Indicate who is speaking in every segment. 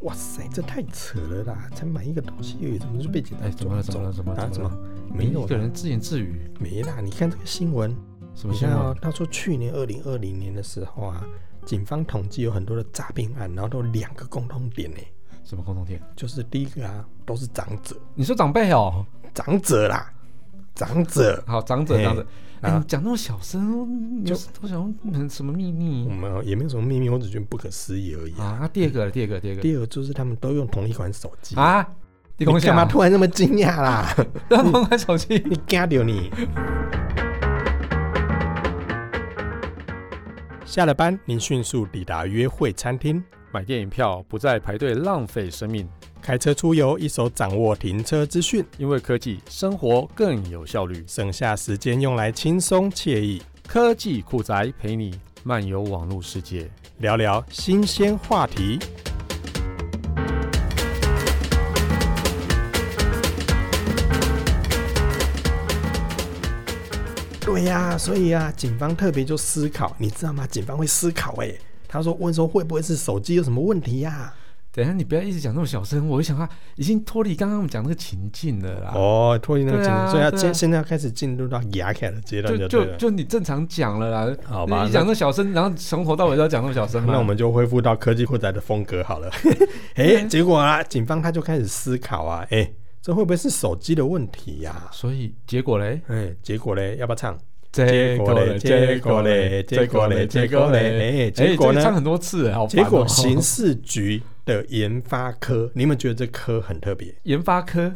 Speaker 1: 哇塞，这太扯了啦！才买一个东西而已，怎么就被检察
Speaker 2: 哎，怎么了？怎么了？怎么
Speaker 1: 啊
Speaker 2: 了？
Speaker 1: 怎
Speaker 2: 怎
Speaker 1: 么
Speaker 2: 么
Speaker 1: 了
Speaker 2: 了？？
Speaker 1: 没有
Speaker 2: 一个
Speaker 1: 啦
Speaker 2: 人自言自语，
Speaker 1: 没啦！你看这个新闻，
Speaker 2: 什么
Speaker 1: 你
Speaker 2: 新
Speaker 1: 看
Speaker 2: 闻？
Speaker 1: 哦，他说去年二零二零年的时候啊，警方统计有很多的诈骗案，然后都有两个共通点呢，
Speaker 2: 什么共同点？
Speaker 1: 就是第一个啊，都是长者，
Speaker 2: 你说长辈哦，
Speaker 1: 长者啦，长者。
Speaker 2: 好，长者，
Speaker 1: 哎
Speaker 2: 长者，哎
Speaker 1: 啊
Speaker 2: 你讲那么小声，
Speaker 1: 就
Speaker 2: 就都想嗯什么秘密
Speaker 1: 我们哦也没有什么秘密，我只觉得不可思议而已啊。
Speaker 2: 啊？那第二个，第二个，第二个
Speaker 1: 第二就是他们都用同一款手机，
Speaker 2: 啊？你
Speaker 1: 你
Speaker 2: 跟我
Speaker 1: 干
Speaker 2: 讲
Speaker 1: 嘛突然那么惊讶啦？
Speaker 2: 让他玩手机？
Speaker 1: 你干掉你！下了班，您迅速抵达约会餐厅，
Speaker 3: 买电影票不再排队浪费生命，
Speaker 1: 开车出游，一手掌握停车资讯，
Speaker 3: 因为科技生活更有效率。
Speaker 1: 省下时间用来轻松惬意
Speaker 3: 科技酷宅陪你漫游网络世界。
Speaker 1: 聊聊新鲜话题。对呀、所以啊，警方特别就思考，你知道吗？警方会思考、欸，他说问说会不会是手机有什么问题呀、
Speaker 2: 等一下，你不要一直讲那么小声，我就想啊，已经脱离刚刚我们讲那个情境了啦。
Speaker 1: 哦，脱离那个
Speaker 2: 对
Speaker 1: 情，
Speaker 2: 啊
Speaker 1: 所以要
Speaker 2: 对啊
Speaker 1: 现现在要开始进入到牙卡的阶段
Speaker 2: 就
Speaker 1: 对
Speaker 2: 就
Speaker 1: 了。
Speaker 2: 就你正常讲了啦，
Speaker 1: 好
Speaker 2: 你讲那么小声，然后从头到尾都要讲那么小声嘛。
Speaker 1: 那我们就恢复到科技酷宅的风格好了。 哎、结果啊，警方他就开始思考啊，哎、这会不会是手机的问题呀、
Speaker 2: 所以结果嘞？
Speaker 1: 哎、结果嘞，要不要唱？
Speaker 2: 结
Speaker 1: 嘞，结果嘞，结果嘞，结果嘞，哎、
Speaker 2: 哎，
Speaker 1: 结果
Speaker 2: 这个唱
Speaker 1: 呢？
Speaker 2: 很多次，好烦
Speaker 1: 结
Speaker 2: 哦。
Speaker 1: 果刑 事局的研发科，你们觉得这科很特别？
Speaker 2: 研发科，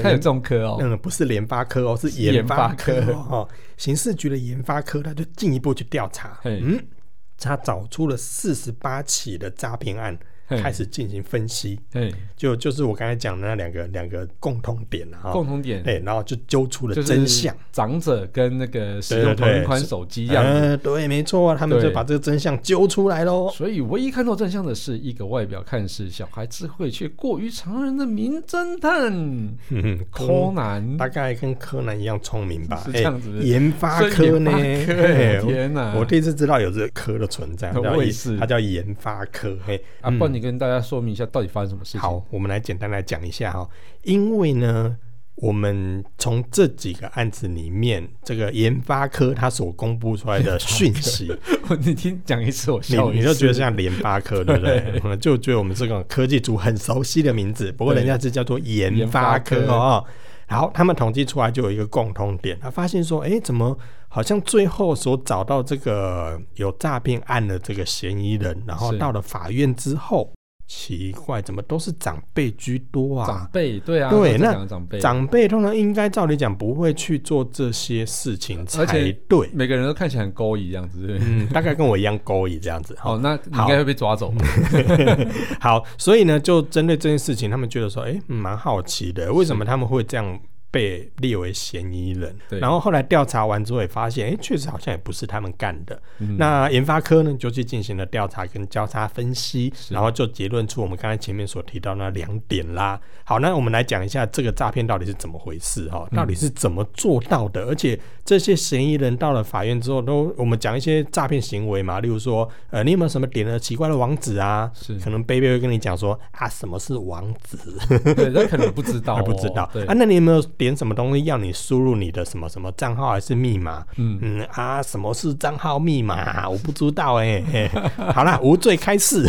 Speaker 2: 它有这种科哦。
Speaker 1: 嗯，不是联发科哦，是
Speaker 2: 是
Speaker 1: 研
Speaker 2: 研
Speaker 1: 发
Speaker 2: 发
Speaker 1: 科
Speaker 2: 科
Speaker 1: 哦哦。刑事局的研发科，他就进一步去调查，
Speaker 2: 嘿
Speaker 1: 嗯，他找出了四十八起的诈骗案，
Speaker 2: 嘿
Speaker 1: 开始进行分析，
Speaker 2: 嘿，
Speaker 1: 就就是我刚才讲的那两个两个共通点啊、
Speaker 2: 共
Speaker 1: 哦，
Speaker 2: 同点
Speaker 1: 对，然后就揪出了
Speaker 2: 就是
Speaker 1: 真相。
Speaker 2: 长者跟那个使
Speaker 1: 对对
Speaker 2: 用
Speaker 1: 对
Speaker 2: 同一款手机一样子。
Speaker 1: 嗯，对，没错，他们就
Speaker 2: 对
Speaker 1: 把这个真相揪出来 喽。
Speaker 2: 所以，唯一看到真相的是一个外表看似小孩智慧却过于常人的名侦探
Speaker 1: 哼哼
Speaker 2: 柯
Speaker 1: 柯
Speaker 2: 南。
Speaker 1: 大概跟柯南一样聪明吧？
Speaker 2: 是
Speaker 1: 哎
Speaker 2: 这样子的
Speaker 1: 研发科呢？
Speaker 2: 所以研发科哎
Speaker 1: 嘿我
Speaker 2: 天哪
Speaker 1: 我第一次知道有这个科的存在，
Speaker 2: 我
Speaker 1: 叫
Speaker 2: 也
Speaker 1: 研
Speaker 2: 是
Speaker 1: 它叫研发科。嘿，
Speaker 2: 啊，不然你跟大家说明一下到底发生什么事
Speaker 1: 嗯
Speaker 2: 情？
Speaker 1: 好，我们来简单来讲一下哈、因为呢，我们从这几个案子里面，这个研发科它所公布出来的讯息，
Speaker 2: 我， 你听讲一次我
Speaker 1: 你
Speaker 2: 笑一次，
Speaker 1: 你就觉得像联发科，对不 对？我就觉得我们这个科技组很熟悉的名字，不过
Speaker 2: 对
Speaker 1: 人家是叫做研发科
Speaker 2: 研发科
Speaker 1: 哦。好，他们统计出来就有一个共通点，他发现说，哎，怎么好像最后所找到这个有诈骗案的这个嫌疑人，然后
Speaker 2: 是
Speaker 1: 到了法院之后，奇怪，怎么都是长辈居多啊？
Speaker 2: 长辈，对啊，
Speaker 1: 对
Speaker 2: 我就
Speaker 1: 那
Speaker 2: 讲的长辈，
Speaker 1: 长辈通常应该照理讲不会去做这些事情才
Speaker 2: 而且
Speaker 1: 对，
Speaker 2: 每个人都看起来很勾引这样子，对不对？
Speaker 1: 嗯，大概跟我一样勾引这样子。
Speaker 2: 好，
Speaker 1: 好，
Speaker 2: 那你应该会被抓走。
Speaker 1: 好，所以呢，就针对这件事情，他们觉得说，哎、嗯蛮好奇的，为什么他们会这样被列为嫌疑人？
Speaker 2: 对
Speaker 1: 然后后来调查完之后，也发现，哎、确实好像也不是他们干的。
Speaker 2: 嗯
Speaker 1: 那研发科呢，就去进行了调查跟交叉分析，
Speaker 2: 是
Speaker 1: 然后就结论出我们刚才前面所提到那两点啦。好，那我们来讲一下这个诈骗到底是怎么回事哈、
Speaker 2: 嗯
Speaker 1: 到底是怎么做到的？而且这些嫌疑人到了法院之后都，我们讲一些诈骗行为嘛，例如说，呃，你有没有什么点了奇怪的网址啊？
Speaker 2: 是
Speaker 1: 可能贝贝会跟你讲说啊，什么是网址？
Speaker 2: 对，他可能不知道、
Speaker 1: 还
Speaker 2: 哦，
Speaker 1: 不知道
Speaker 2: 对，
Speaker 1: 啊？那你有没有点什么东西要你输入你的什么什么账号还是密码？
Speaker 2: 嗯，
Speaker 1: 嗯啊，什么是账号密码？我不知道哎、欸。好啦，无罪开释。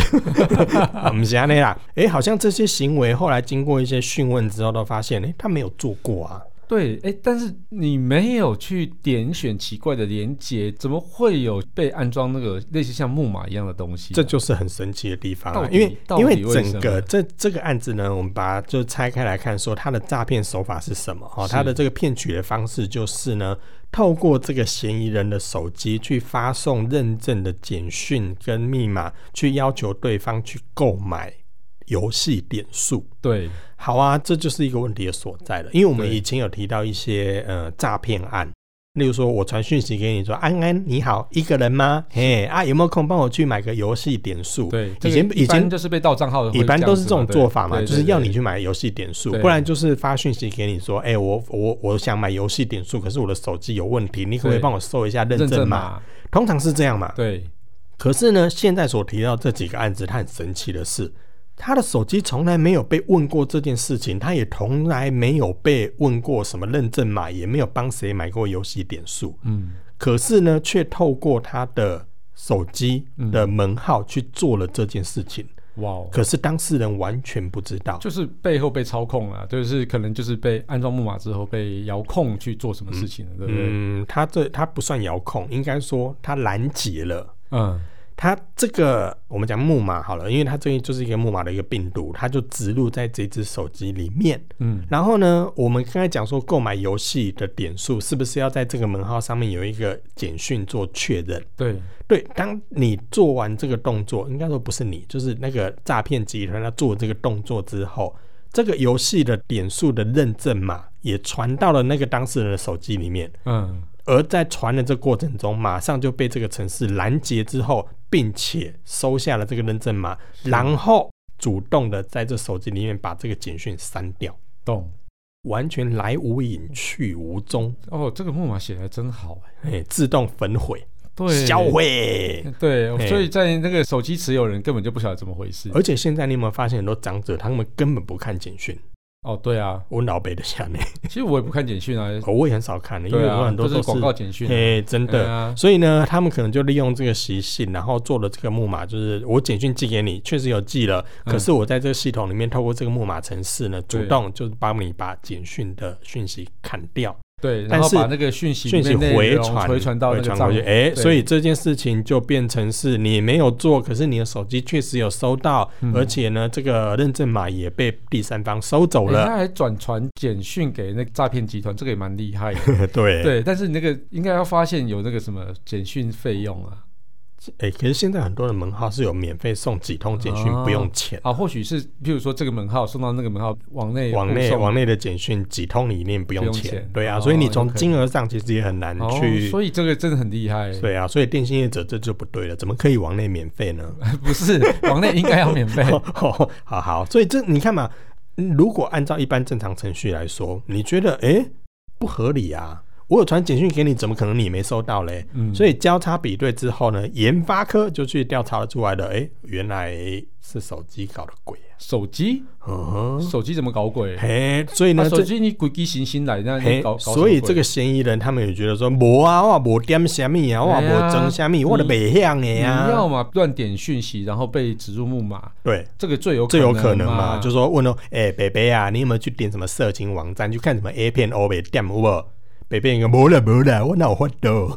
Speaker 1: 我们讲那啦，哎、好像这些行为后来经过一些讯问之后，都发现，哎、他没有做过啊。
Speaker 2: 对，哎，但是你没有去点选奇怪的连接，怎么会有被安装那个类似像木马一样的东西啊？
Speaker 1: 这就是很神奇的地方、
Speaker 2: 到
Speaker 1: 啊，
Speaker 2: 底
Speaker 1: 因为
Speaker 2: 到底
Speaker 1: 因为
Speaker 2: 为
Speaker 1: 整
Speaker 2: 什么
Speaker 1: 个这这个案子呢，我们把它就拆开来看，说它的诈骗手法是什么？哦，它的这个骗取的方式就是呢，透过这个嫌疑人的手机去发送认证的简讯跟密码，去要求对方去购买游戏点数。
Speaker 2: 对，
Speaker 1: 好啊，这就是一个问题的所在了，因为我们
Speaker 2: 对
Speaker 1: 以前有提到一些呃诈骗案，例如说我传讯息给你说安安你好，一个人吗？嘿啊，有没有空帮我去买个游戏点数？
Speaker 2: 对，
Speaker 1: 以前
Speaker 2: 这个
Speaker 1: 以
Speaker 2: 一般
Speaker 1: 前
Speaker 2: 就是被盗账号的
Speaker 1: 一
Speaker 2: 会样子嘛，
Speaker 1: 般都是这种
Speaker 2: 对
Speaker 1: 做法嘛，
Speaker 2: 对
Speaker 1: 就是要你
Speaker 2: 对
Speaker 1: 去买游戏点数，
Speaker 2: 对
Speaker 1: 不然就是发讯息给你说，哎、我我我想买游戏点数，可是我的手机有问题，你可不可以
Speaker 2: 对
Speaker 1: 帮我搜一下认
Speaker 2: 认
Speaker 1: 证
Speaker 2: 证
Speaker 1: 码？
Speaker 2: 码，
Speaker 1: 通常是这样嘛。
Speaker 2: 对，
Speaker 1: 可是呢，现在所提到这几个案子，它很神奇的是，他的手机从来没有被问过这件事情，他也从来没有被问过什么认证码，也没有帮谁买过游戏点数。
Speaker 2: 嗯，
Speaker 1: 可是呢，却透过他的手机的门号去做了这件事情，
Speaker 2: 哇哦，
Speaker 1: 可是当事人完全不知道。
Speaker 2: 就是背后被操控了，就是可能就是被安装木马之后被遥控去做什么事情了，对不对？
Speaker 1: 嗯，他这他不算遥控，应该说他拦截了。
Speaker 2: 嗯
Speaker 1: 他这个我们讲木马好了，因为它这个就是一个木马的一个病毒，它就植入在这只手机里面。
Speaker 2: 嗯
Speaker 1: 然后呢，我们刚才讲说购买游戏的点数是不是要在这个门号上面有一个简讯做确认？
Speaker 2: 对，
Speaker 1: 对，当你做完这个动作，应该说不是你，就是那个诈骗集团他做这个动作之后，这个游戏的点数的认证码也传到了那个当事人的手机里面，
Speaker 2: 嗯，
Speaker 1: 而在传的这过程中，马上就被这个城市拦截之后，并且收下了这个认证码，然后主动的在这手机里面把这个简讯删掉。
Speaker 2: 懂。
Speaker 1: 完全来无影去无踪，
Speaker 2: 哦，这个木马写的真好哎，
Speaker 1: 哎、自动焚毁、
Speaker 2: 对，
Speaker 1: 销毁。
Speaker 2: 对，
Speaker 1: 嘿哎
Speaker 2: 所以在那个手机持有人根本就不晓得怎么回事。
Speaker 1: 而且现在你有没有发现，很多长者他们根本不看简讯，
Speaker 2: 哦，对啊，
Speaker 1: 我老辈的下面，
Speaker 2: 其实我也不看简讯啊，
Speaker 1: 哦我也很少看的，因为
Speaker 2: 对
Speaker 1: 我
Speaker 2: 啊，
Speaker 1: 很多
Speaker 2: 都
Speaker 1: 都
Speaker 2: 是
Speaker 1: 是
Speaker 2: 广告简讯啊。
Speaker 1: 哎，真
Speaker 2: 对
Speaker 1: 的。
Speaker 2: 啊，
Speaker 1: 所以呢，他们可能就利用这个习性，然后做了这个木马，就是我简讯寄给你，确实有寄了，
Speaker 2: 嗯
Speaker 1: 可是我在这个系统里面，透过这个木马程式呢，主
Speaker 2: 对
Speaker 1: 动就是帮你把简讯的讯息砍掉。
Speaker 2: 对，
Speaker 1: 但
Speaker 2: 然后
Speaker 1: 是
Speaker 2: 把那个讯息
Speaker 1: 讯息
Speaker 2: 里面内
Speaker 1: 回
Speaker 2: 容
Speaker 1: 传
Speaker 2: 回传到那
Speaker 1: 回
Speaker 2: 个
Speaker 1: 传
Speaker 2: 账
Speaker 1: 过去，
Speaker 2: 户。
Speaker 1: 哎、
Speaker 2: 对
Speaker 1: 所以这件事情就变成是你没有做，可是你的手机确实有收到，
Speaker 2: 嗯
Speaker 1: 而且呢，这个认证码也被第三方收走
Speaker 2: 哎
Speaker 1: 了。
Speaker 2: 他还转传简讯给那个诈骗集团，这个也蛮厉害的。
Speaker 1: 对，
Speaker 2: 对，但是你那个应该要发现有那个什么简讯费用啊，
Speaker 1: 哎、可是现在很多的门号是有免费送几通简讯，
Speaker 2: 哦
Speaker 1: 不用钱。
Speaker 2: 啊，或许是譬如说这个门号送到那个门号往内
Speaker 1: 往内
Speaker 2: 附送
Speaker 1: 往内的简讯几通里面不
Speaker 2: 不
Speaker 1: 用
Speaker 2: 用
Speaker 1: 钱，
Speaker 2: 钱
Speaker 1: 对啊，
Speaker 2: 哦
Speaker 1: 所以你从
Speaker 2: 有可能
Speaker 1: 金额上其实也很难
Speaker 2: 哦
Speaker 1: 去，，
Speaker 2: 所以这个真的很厉害。
Speaker 1: 对啊，所以电信业者这就不对了，怎么可以往内免费呢？。
Speaker 2: 不是往内应该要免费
Speaker 1: 好好，所以这你看嘛，嗯如果按照一般正常程序来说，你觉得诶不合理啊？我有传简讯给你，怎么可能你没收到嘞？
Speaker 2: 嗯，
Speaker 1: 所以交叉比对之后呢，研发科就去调查出来了，诶，原来是手机搞的鬼啊！
Speaker 2: 手机
Speaker 1: 嗯哼，
Speaker 2: 手机怎么搞鬼？
Speaker 1: 嘿，所以
Speaker 2: 那、
Speaker 1: 呢，
Speaker 2: 啊手
Speaker 1: 这
Speaker 2: 机你鬼机行星来，那你
Speaker 1: 嘿
Speaker 2: 搞搞，什么
Speaker 1: 所以这
Speaker 2: 鬼
Speaker 1: 个嫌疑人他们也觉得说，无啊，我无点虾米啊，我
Speaker 2: 哎呀
Speaker 1: 无装虾米，我都袂向的
Speaker 2: 你
Speaker 1: 呀
Speaker 2: 要。嘛乱点讯息，然后被植入木马，
Speaker 1: 啊对，
Speaker 2: 这个最有
Speaker 1: 这有可能嘛？
Speaker 2: 嘛？
Speaker 1: 就说问哦，哎、北北啊，你有没有去点什么色情网站，去看什么 A 片、欧美店有无？北北应该没了没了，我哪有法 度？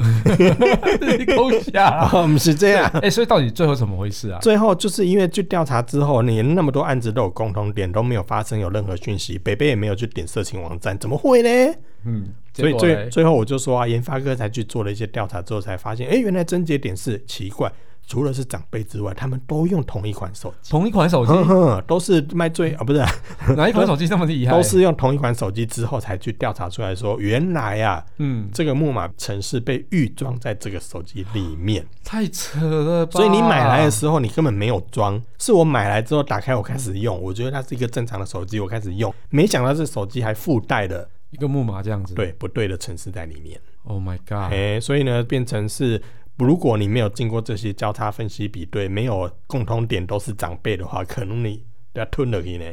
Speaker 2: 你勾下。
Speaker 1: 啊，不是这样。
Speaker 2: 哎、所以到底最后怎么回事 啊？
Speaker 1: 最后就是因为去调查之后，你那么多案子都有共同点，都没有发生有任何讯息，北北也没有去点色情网站，怎么会呢？
Speaker 2: 嗯，
Speaker 1: 所以
Speaker 2: 结果
Speaker 1: 最
Speaker 2: 嘞
Speaker 1: 最后我就说啊，研发哥才去做了一些调查之后，才发现，哎、原来症结点是奇怪，除了是长辈之外，他们都用同一款手机，
Speaker 2: 同一款手
Speaker 1: 哼
Speaker 2: 机，
Speaker 1: 哼，都是卖
Speaker 2: 嗯
Speaker 1: 最啊，不是啊、
Speaker 2: 哪一款手机那么厉害？
Speaker 1: 都是用同一款手机之后才去调查出来说，原来啊，
Speaker 2: 嗯，
Speaker 1: 这个木马城市被预装在这个手机里面，
Speaker 2: 太扯了吧！
Speaker 1: 所以你买来的时候你根本没有装，是我买来之后打开我开始用，我觉得它是一个正常的手机，我开始用，没想到这手机还附带了
Speaker 2: 一个木马这样子，
Speaker 1: 对不对的城市在里面，
Speaker 2: ，Oh my
Speaker 1: 哎、
Speaker 2: god，
Speaker 1: 所以呢变成是。如果你没有经过这些交叉分析比对，没有共通点都是长辈的话，可能你要吞了去呢。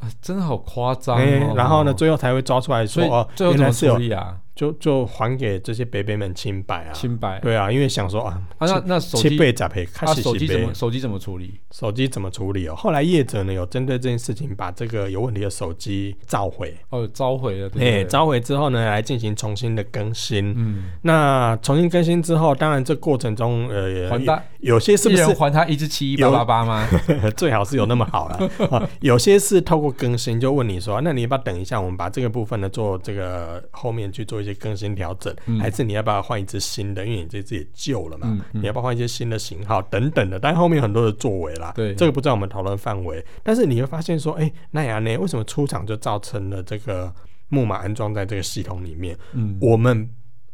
Speaker 2: 啊真的好夸张
Speaker 1: 哎、
Speaker 2: 哦！
Speaker 1: 然后呢，最后才会抓出来说
Speaker 2: 所以
Speaker 1: 哦，
Speaker 2: 最后
Speaker 1: 原
Speaker 2: 怎
Speaker 1: 来
Speaker 2: 么
Speaker 1: 是有
Speaker 2: 处理啊？
Speaker 1: 就就还给这些北北们清白啊。
Speaker 2: 清白啊？
Speaker 1: 对啊，因为想说啊，
Speaker 2: 那那手
Speaker 1: 七
Speaker 2: 机
Speaker 1: 倍咋赔？看
Speaker 2: 啊，
Speaker 1: 是
Speaker 2: 手机
Speaker 1: 几
Speaker 2: 怎
Speaker 1: 倍
Speaker 2: 么？手机怎么处理？
Speaker 1: 手机怎么处理哦？后来业者呢有针对这件事情，把这个有问题的手机召回，
Speaker 2: 哦，召回了，对不
Speaker 1: 哎、
Speaker 2: 对？
Speaker 1: 召回之后呢，来进行重新的更新。
Speaker 2: 嗯，
Speaker 1: 那重新更新之后，当然这过程中，呃，
Speaker 2: 还
Speaker 1: 有
Speaker 2: 他
Speaker 1: 有些是不
Speaker 2: 一人
Speaker 1: 是
Speaker 2: 还他一只七一八八八 吗？
Speaker 1: 最好是有那么好 了、啊？有些是透过更新就问你说，啊那你要不要等一下，我们把这个部分呢做这个后面去做一些更新调整，
Speaker 2: 嗯
Speaker 1: 还是你要不要换一只新的？因为你这只也旧了嘛，
Speaker 2: 嗯
Speaker 1: 你
Speaker 2: 嗯，
Speaker 1: 要不要换一些新的型号等等的，但后面很多的作为啦，
Speaker 2: 对
Speaker 1: 这个不在我们讨论范围。但是你会发现说，哎、那样呢？为什么出厂就造成了这个木马安装在这个系统里面？
Speaker 2: 嗯，
Speaker 1: 我们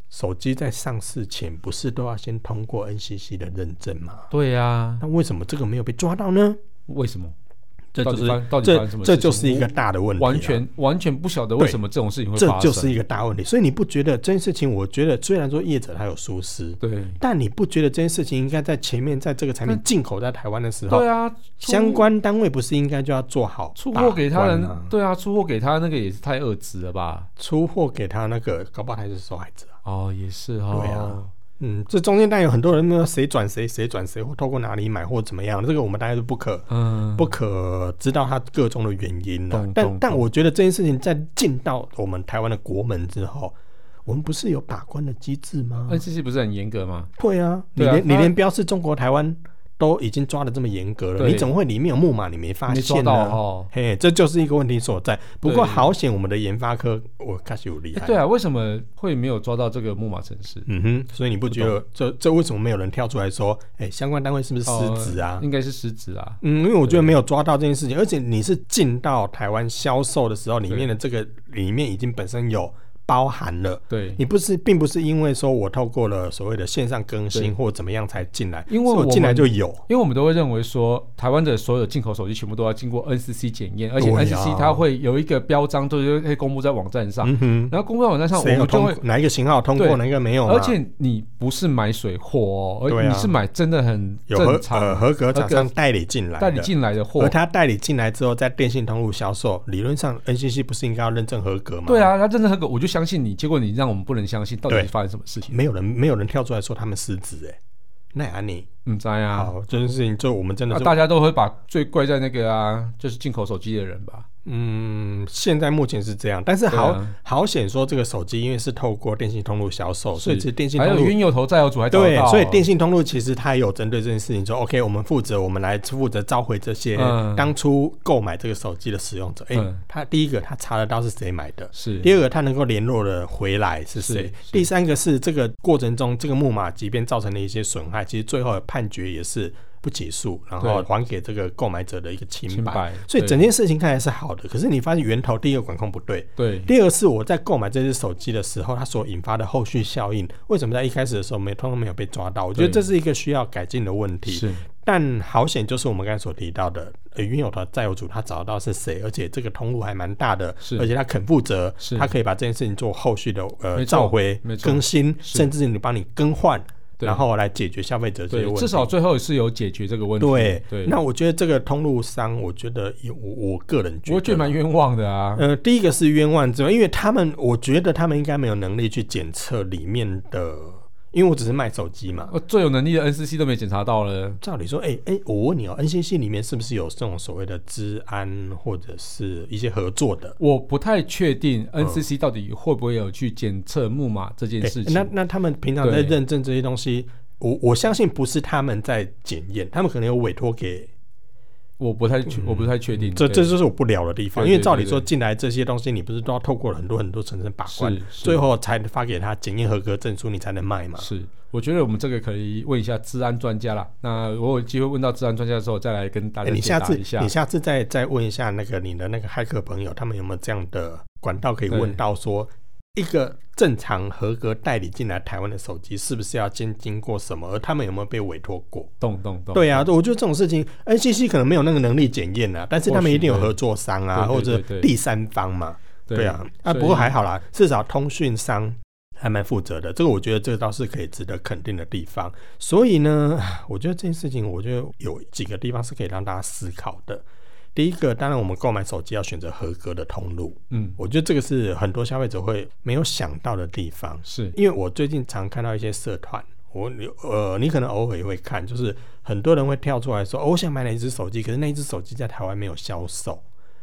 Speaker 1: 手机在上市前不是都要先通过 NCC 的认证吗？
Speaker 2: 对呀，啊
Speaker 1: 那为什么这个没有被抓到呢？
Speaker 2: 为什么？
Speaker 1: 这
Speaker 2: 到
Speaker 1: 就
Speaker 2: 底
Speaker 1: 是
Speaker 2: 发到底发
Speaker 1: 这
Speaker 2: 生什么事情？
Speaker 1: 这就是一个大的问题啊、
Speaker 2: 完全完全不晓得为什么这种事情会
Speaker 1: 这
Speaker 2: 发生，
Speaker 1: 就是一个大问题。所以你不觉得这件事情？我觉得虽然说业者他有疏失，
Speaker 2: 对
Speaker 1: 但你不觉得这件事情应该在前面，在这个产品进口在台湾的时候，
Speaker 2: 对啊，
Speaker 1: 相
Speaker 2: 出
Speaker 1: 关单位不是应该就要做好
Speaker 2: 出
Speaker 1: 把
Speaker 2: 货给他
Speaker 1: 关
Speaker 2: 人
Speaker 1: 啊，
Speaker 2: 对啊，出货给他那个也是太恶质了吧？
Speaker 1: 出货给他那个，搞不好他是受害者啊。
Speaker 2: 哦，也是哦，
Speaker 1: 对啊嗯，这中间当然有很多人没有谁转谁，谁转谁，或透过哪里买或怎么样，这个我们大家都不可
Speaker 2: 嗯，
Speaker 1: 不可知道它各中的原因了、
Speaker 2: 懂懂
Speaker 1: 但但
Speaker 2: 懂
Speaker 1: 我觉得这件事情在进到我们台湾的国门之后，我们不是有把关的机制吗？
Speaker 2: NCC 哎不是很严格吗？
Speaker 1: 对啊，你
Speaker 2: 呃对啊
Speaker 1: 连你
Speaker 2: 那
Speaker 1: 连标示中国台湾都已经抓的这么严格了，
Speaker 2: 对
Speaker 1: 你怎么会里面有木马你没发
Speaker 2: 没抓
Speaker 1: 现呢、
Speaker 2: 到哦。
Speaker 1: 嘿，这就是一个问题所在。不过
Speaker 2: 对
Speaker 1: 好险，我们的研发科我开始有厉
Speaker 2: 诶
Speaker 1: 害。
Speaker 2: 对啊，为什么会没有抓到这个木马城市？
Speaker 1: 嗯哼，所以你不觉得这这为什么没有人跳出来说，哎、相关单位是不是
Speaker 2: 哦
Speaker 1: 失职啊？
Speaker 2: 应该是失职啊。
Speaker 1: 嗯，因为我觉得没有抓到这件事情，而且你是进到台湾销售的时候，里面的这个里面已经本身有包含了，
Speaker 2: 对，
Speaker 1: 你不是并不是因为说我透过了所谓的线上更
Speaker 2: 对
Speaker 1: 新或怎么样才进来，
Speaker 2: 因为
Speaker 1: 是我
Speaker 2: 我
Speaker 1: 进来
Speaker 2: 们
Speaker 1: 就有，
Speaker 2: 因为我们都会认为说，台湾的所有进口手机全部都要经过 NCC 检验，而且
Speaker 1: 对啊
Speaker 2: NCC 它会有一个标章，都是会公布在网站上。
Speaker 1: 嗯哼，
Speaker 2: 然后公布在网站上，我
Speaker 1: 谁有
Speaker 2: 们就
Speaker 1: 通
Speaker 2: 会
Speaker 1: 过，哪一个型号通
Speaker 2: 对
Speaker 1: 过，哪一个没有嘛？
Speaker 2: 而且你不是买水货哦，
Speaker 1: 对
Speaker 2: 而
Speaker 1: 啊
Speaker 2: 你是买真的很
Speaker 1: 有合
Speaker 2: 正
Speaker 1: 呃
Speaker 2: 常
Speaker 1: 合格厂商代理进来的，
Speaker 2: 带你进来的货
Speaker 1: 而。他代理进来之后，在电信通路销售，理论上 NCC 不是应该要认证合格吗？
Speaker 2: 对，啊，他真的合格，我就相信你。结果你让我们不能相信，到底
Speaker 1: 对
Speaker 2: 是发生什么事情？
Speaker 1: 没有人没有人跳出来说他们失职哎，那也安妮，
Speaker 2: 嗯，知道啊，
Speaker 1: 好，这件事情就我们真的
Speaker 2: 那
Speaker 1: 是，
Speaker 2: 大家都会把罪怪在那个啊，就是进口手机的人吧。
Speaker 1: 嗯，现在目前是这样，但是好、
Speaker 2: 对啊
Speaker 1: 好险说这个手机因为是透过电信通路销售，
Speaker 2: 是
Speaker 1: 所以其实电信
Speaker 2: 还
Speaker 1: 通
Speaker 2: 有
Speaker 1: 路。
Speaker 2: 冤有头债有主，还找得
Speaker 1: 对
Speaker 2: 到，哦
Speaker 1: 所以电信通路其实它也有针对这件事情说，OK，我们负责，我们来负责召回这些
Speaker 2: 嗯
Speaker 1: 当初购买这个手机的使用者。哎、
Speaker 2: 嗯
Speaker 1: 他第一个他查得到是谁买的，
Speaker 2: 是
Speaker 1: 第二个，他能够联络的回来是谁？
Speaker 2: 是是
Speaker 1: 第三个是这个过程中，这个木马即便造成了一些损害，其实最后的判决也是不起诉，然后
Speaker 2: 对
Speaker 1: 还给这个购买者的一个清白。
Speaker 2: 清白，
Speaker 1: 所以
Speaker 2: 对
Speaker 1: 整件事情看起来是好的，可是你发现源头，第一个管控不对，
Speaker 2: 对
Speaker 1: 第二个是我在购买这只手机的时候，它所引发的后续效应，为什么在一开始的时候没通通没有被抓到？我觉得
Speaker 2: 对
Speaker 1: 这是一个需要改进的问题。
Speaker 2: 是
Speaker 1: 但好险，就是我们刚才所提到的，呃，拥有的债务主他找到是谁，而且这个通路还蛮大的，
Speaker 2: 是
Speaker 1: 而且他肯负责
Speaker 2: 是，
Speaker 1: 他可以把这件事情做后续的呃
Speaker 2: 没错
Speaker 1: 召回
Speaker 2: 没、错
Speaker 1: 更新，
Speaker 2: 是
Speaker 1: 甚至你帮你更换，
Speaker 2: 对
Speaker 1: 然后来解决消费者这些
Speaker 2: 对
Speaker 1: 问，题。
Speaker 2: 至少最后是有解决这个问题。
Speaker 1: 对
Speaker 2: 对，
Speaker 1: 那我觉得这个通路商，我觉得也我我个人觉
Speaker 2: 我觉
Speaker 1: 得。
Speaker 2: 得蛮冤枉的啊。
Speaker 1: 呃，第一个是冤枉之外，因为他们，我觉得他们应该没有能力去检测里面的，因为我只是卖手机嘛，
Speaker 2: 呃最有能力的 NCC 都没检查到了，
Speaker 1: 照理说，哎、哎、我问你哦、n c c 里面是不是有这种所谓的治安或者是一些合作的？
Speaker 2: 我不太确定 NCC 到底会不会有去检测木马这
Speaker 1: 嗯
Speaker 2: 件
Speaker 1: 哎
Speaker 2: 事情。
Speaker 1: 那那他们平常在
Speaker 2: 对
Speaker 1: 认证这些东西，我我相信不是他们在检验，他们可能有委托给
Speaker 2: 我不太确，我不太确定。
Speaker 1: 嗯这，
Speaker 2: 对
Speaker 1: 这就是我不了的地方。
Speaker 2: 对
Speaker 1: 因为
Speaker 2: 对
Speaker 1: 照理
Speaker 2: 对
Speaker 1: 说
Speaker 2: 对
Speaker 1: 进来这些东西，你不是都要透过很多很多层层把关，
Speaker 2: 是是
Speaker 1: 最后才发给他检验合格证书，你才能卖嘛？
Speaker 2: 是，我觉得我们这个可以问一下治安专家啦。那我有机会问到治安专家的时候，再来跟大
Speaker 1: 哎
Speaker 2: 家
Speaker 1: 你
Speaker 2: 解
Speaker 1: 下
Speaker 2: 答
Speaker 1: 次
Speaker 2: 一下。
Speaker 1: 你下次再再问一下那个你的那个骇客朋友，他们有没有这样的管道可以问
Speaker 2: 对
Speaker 1: 到说，一个正常合格代理进来台湾的手机，是不是要先经过什么？而他们有没有被委托过？
Speaker 2: 动动动，
Speaker 1: 对啊，我觉得这种事情，NCC 可能没有那个能力检验啊，但是他
Speaker 2: 或
Speaker 1: 们
Speaker 2: 许
Speaker 1: 一定有
Speaker 2: 对
Speaker 1: 合作商啊，
Speaker 2: 对对
Speaker 1: 或者
Speaker 2: 对对
Speaker 1: 第三方嘛。对啊，啊，
Speaker 2: 所以
Speaker 1: 不过还好啦，至少通讯商还蛮负责的，这个我觉得这倒是可以值得肯定的地方。所以呢， 我觉得这件事情，我觉得有几个地方是可以让大家思考的。第一个，当然我们购买手机要选择合格的通路，
Speaker 2: 嗯
Speaker 1: 我觉得这个是很多消费者会没有想到的地方。
Speaker 2: 是
Speaker 1: 因为我最近常看到一些社团，我你呃，你可能偶尔也会看，就是很多人会跳出来说，哦、我想买哪一只手机，可是那一只手机在台湾没有销售，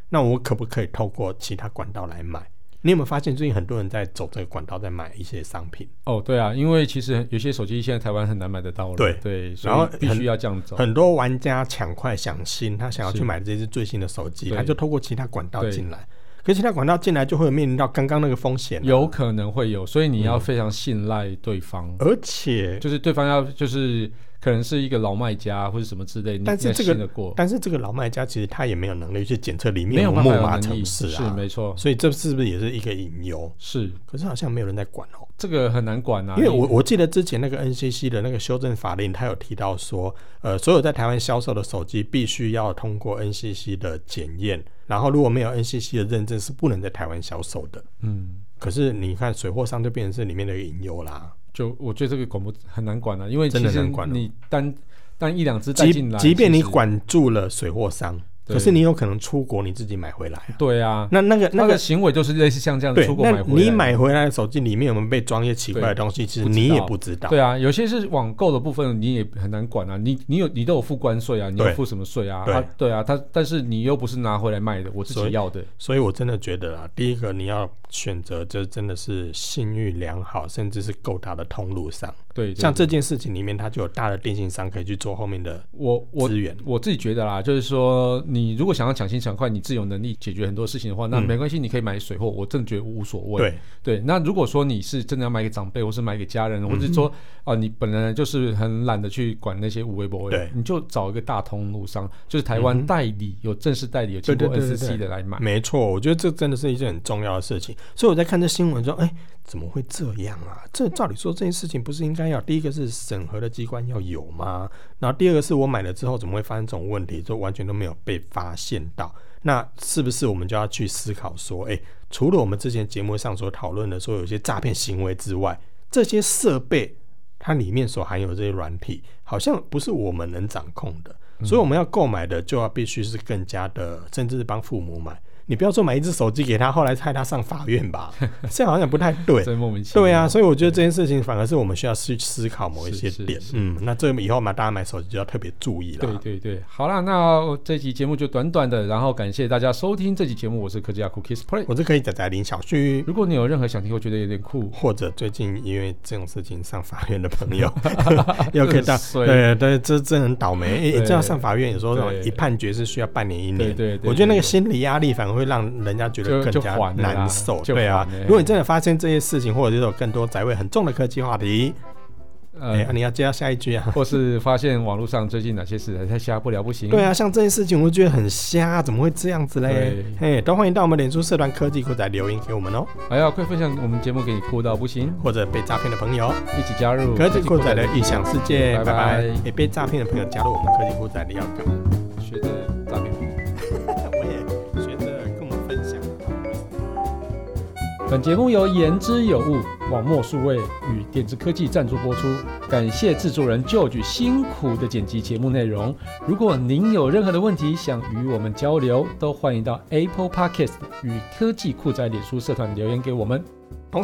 Speaker 1: 那我可不可以透过其他管道来买？你有没有发现最近很多人在走这个管道在买一些商品？
Speaker 2: 哦，对啊，因为其实有些手机现在台湾很难买得到了，
Speaker 1: 对
Speaker 2: 对，所
Speaker 1: 然后
Speaker 2: 以必
Speaker 1: 很
Speaker 2: 须要这样走。
Speaker 1: 很多玩家抢快想新，他想要
Speaker 2: 是
Speaker 1: 去买这只最新的手机，
Speaker 2: 对
Speaker 1: 他就透过其他管道
Speaker 2: 对
Speaker 1: 进来。可是其他管道进来就会有面临到刚刚那个风险啊、
Speaker 2: 有可
Speaker 1: 嗯
Speaker 2: 能会有，所以你要非常信赖对方，
Speaker 1: 而且
Speaker 2: 就是对方要就是可可能是一个老卖家或者什么之类，你
Speaker 1: 但是
Speaker 2: 你
Speaker 1: 这个
Speaker 2: 信得过，
Speaker 1: 但是这个老卖家其实他也没有能力去检测里面
Speaker 2: 没有
Speaker 1: 木
Speaker 2: 办法有
Speaker 1: 马
Speaker 2: 能
Speaker 1: 城
Speaker 2: 力
Speaker 1: 市
Speaker 2: 是
Speaker 1: 啊，
Speaker 2: 没错，
Speaker 1: 所以这是不是也是一个隐忧？
Speaker 2: 是
Speaker 1: 可是好像没有人在管哦，
Speaker 2: 这个很难管啊，
Speaker 1: 因为我
Speaker 2: 你
Speaker 1: 我记得之前那个 NCC 的那个修正法令，它有提到说，呃，所有在台湾销售的手机必须要通过 NCC 的检验，然后如果没有 NCC 的认证是不能在台湾销售的。
Speaker 2: 嗯，
Speaker 1: 可是你看水货商就变成是里面的一个隐忧啦，
Speaker 2: 就我觉得这个管不很难管啊，因为
Speaker 1: 真
Speaker 2: 其
Speaker 1: 的
Speaker 2: 实
Speaker 1: 难管哦
Speaker 2: 你单单一两只带
Speaker 1: 即
Speaker 2: 进来，
Speaker 1: 即便
Speaker 2: 其
Speaker 1: 你
Speaker 2: 实
Speaker 1: 管住了水货商，
Speaker 2: 对
Speaker 1: 可是你有可能出国你自己买回来啊。
Speaker 2: 对啊，
Speaker 1: 那那个那
Speaker 2: 那个
Speaker 1: 个
Speaker 2: 行为就是类似像这样
Speaker 1: 对
Speaker 2: 出，国
Speaker 1: 那
Speaker 2: 买回来，
Speaker 1: 你买回来的手机里面有没有被装一些奇怪的东西？其实
Speaker 2: 不知
Speaker 1: 你也
Speaker 2: 道
Speaker 1: 不知道。
Speaker 2: 对啊，有些是网购的部分，你也很难管啊。你你有你都有付关税啊，你
Speaker 1: 对
Speaker 2: 有付什么税啊？
Speaker 1: 对
Speaker 2: 啊对啊，他但是你又不是拿回来卖的，我自
Speaker 1: 所
Speaker 2: 己
Speaker 1: 以
Speaker 2: 要的。
Speaker 1: 所以我真的觉得啊，第一个你要选择，这真的是信誉良好，甚至是够大的通路商。
Speaker 2: 对，对
Speaker 1: 像
Speaker 2: 对
Speaker 1: 这件事情里面，它就有大的电信商可以去做后面的
Speaker 2: 我我
Speaker 1: 资源。
Speaker 2: 我自己觉得啦，就是说你如果想要抢先抢快，你自己有能力解决很多事情的话，那
Speaker 1: 嗯
Speaker 2: 没关系，你可以买水货，我真的觉得无所谓。
Speaker 1: 对，
Speaker 2: 对，那如果说你是真的要买给长辈，或是买给家人，
Speaker 1: 嗯
Speaker 2: 或者说啊、你本来就是很懒得去管那些无微博，
Speaker 1: 对
Speaker 2: 你就找一个大通路商，就是台
Speaker 1: 嗯
Speaker 2: 湾
Speaker 1: 哼
Speaker 2: 代理、有正式代理有经
Speaker 1: 对
Speaker 2: 过
Speaker 1: 对对对嗯对
Speaker 2: NCC 的来买。
Speaker 1: 没错，我觉得这真的是一件很重要的事情。所以我在看这新闻说，哎、怎么会这样啊？这照理说这件事情不是应该要第一个是审核的机关要有吗？然后第二个是我买了之后怎么会发生这种问题，就完全都没有被发现到。那是不是我们就要去思考说，哎、除了我们之前节目上所讨论的说有一些诈骗行为之外，这些设备它里面所含有的这些软体，好像不是我们能掌控的。所以我们要购买的就要必须是更加的，甚至是帮父母买。你不要说买一只手机给他，后来害他上法院 吧，这样好像不太对。
Speaker 2: 真莫名其妙。
Speaker 1: 对啊，所以我觉得这件事情反而是我们需要去思考某一些
Speaker 2: 是是
Speaker 1: 点
Speaker 2: 是。
Speaker 1: 嗯，那这个以后嘛，大家买手机就要特别注意了。
Speaker 2: 对对对，好啦，那这期节目就短短的，然后感谢大家收听这期节目，我是科技亚酷 Kiss Play。
Speaker 1: 我是可以仔仔林小旭，
Speaker 2: 如果你有任何想听，我觉得有点酷，
Speaker 1: 或者最近因为这种事情上法院的朋 友， 又可以到
Speaker 2: 很衰
Speaker 1: 对对，这真的很倒霉。诶、
Speaker 2: 对
Speaker 1: 这要上法院，有时候那种
Speaker 2: 对
Speaker 1: 一判决是需要半年一年。
Speaker 2: 对对对
Speaker 1: 我觉得那个心理压力反而会让人家觉得
Speaker 2: 就
Speaker 1: 更
Speaker 2: 就
Speaker 1: 加
Speaker 2: 缓了啦
Speaker 1: 难受。
Speaker 2: 就
Speaker 1: 对啊
Speaker 2: 缓了，
Speaker 1: 如果你真的发现这些事情，或者是有更多宅位很重的科技话题，哎、
Speaker 2: 呃，
Speaker 1: 啊你要接到下一句 啊。
Speaker 2: 或是发现网络上最近哪些事还在瞎不了不行。
Speaker 1: 对啊，像这件事情，我觉得很瞎，怎么会这样子嘞？嘿，都欢迎到我们脸书社团科技股仔留言给我们哦，
Speaker 2: 还要快分享我们节目给你酷到不行，
Speaker 1: 或者被诈骗的朋友。
Speaker 2: 一起加入
Speaker 1: 科技酷仔的异想世界，拜
Speaker 2: 拜拜
Speaker 1: 拜！也被诈骗的朋友加入我们科技酷仔的要干嘛？
Speaker 2: 学着诈骗。
Speaker 1: 我也学着跟我们分享。
Speaker 2: 本节目由言之有物、网墨数位与点子科技赞助播出，感谢制作人 George 辛苦的剪辑节目内容。如果您有任何的问题想与我们交流，都欢迎到 Apple Podcast 与科技酷宅脸书社团留言给我们。
Speaker 1: 同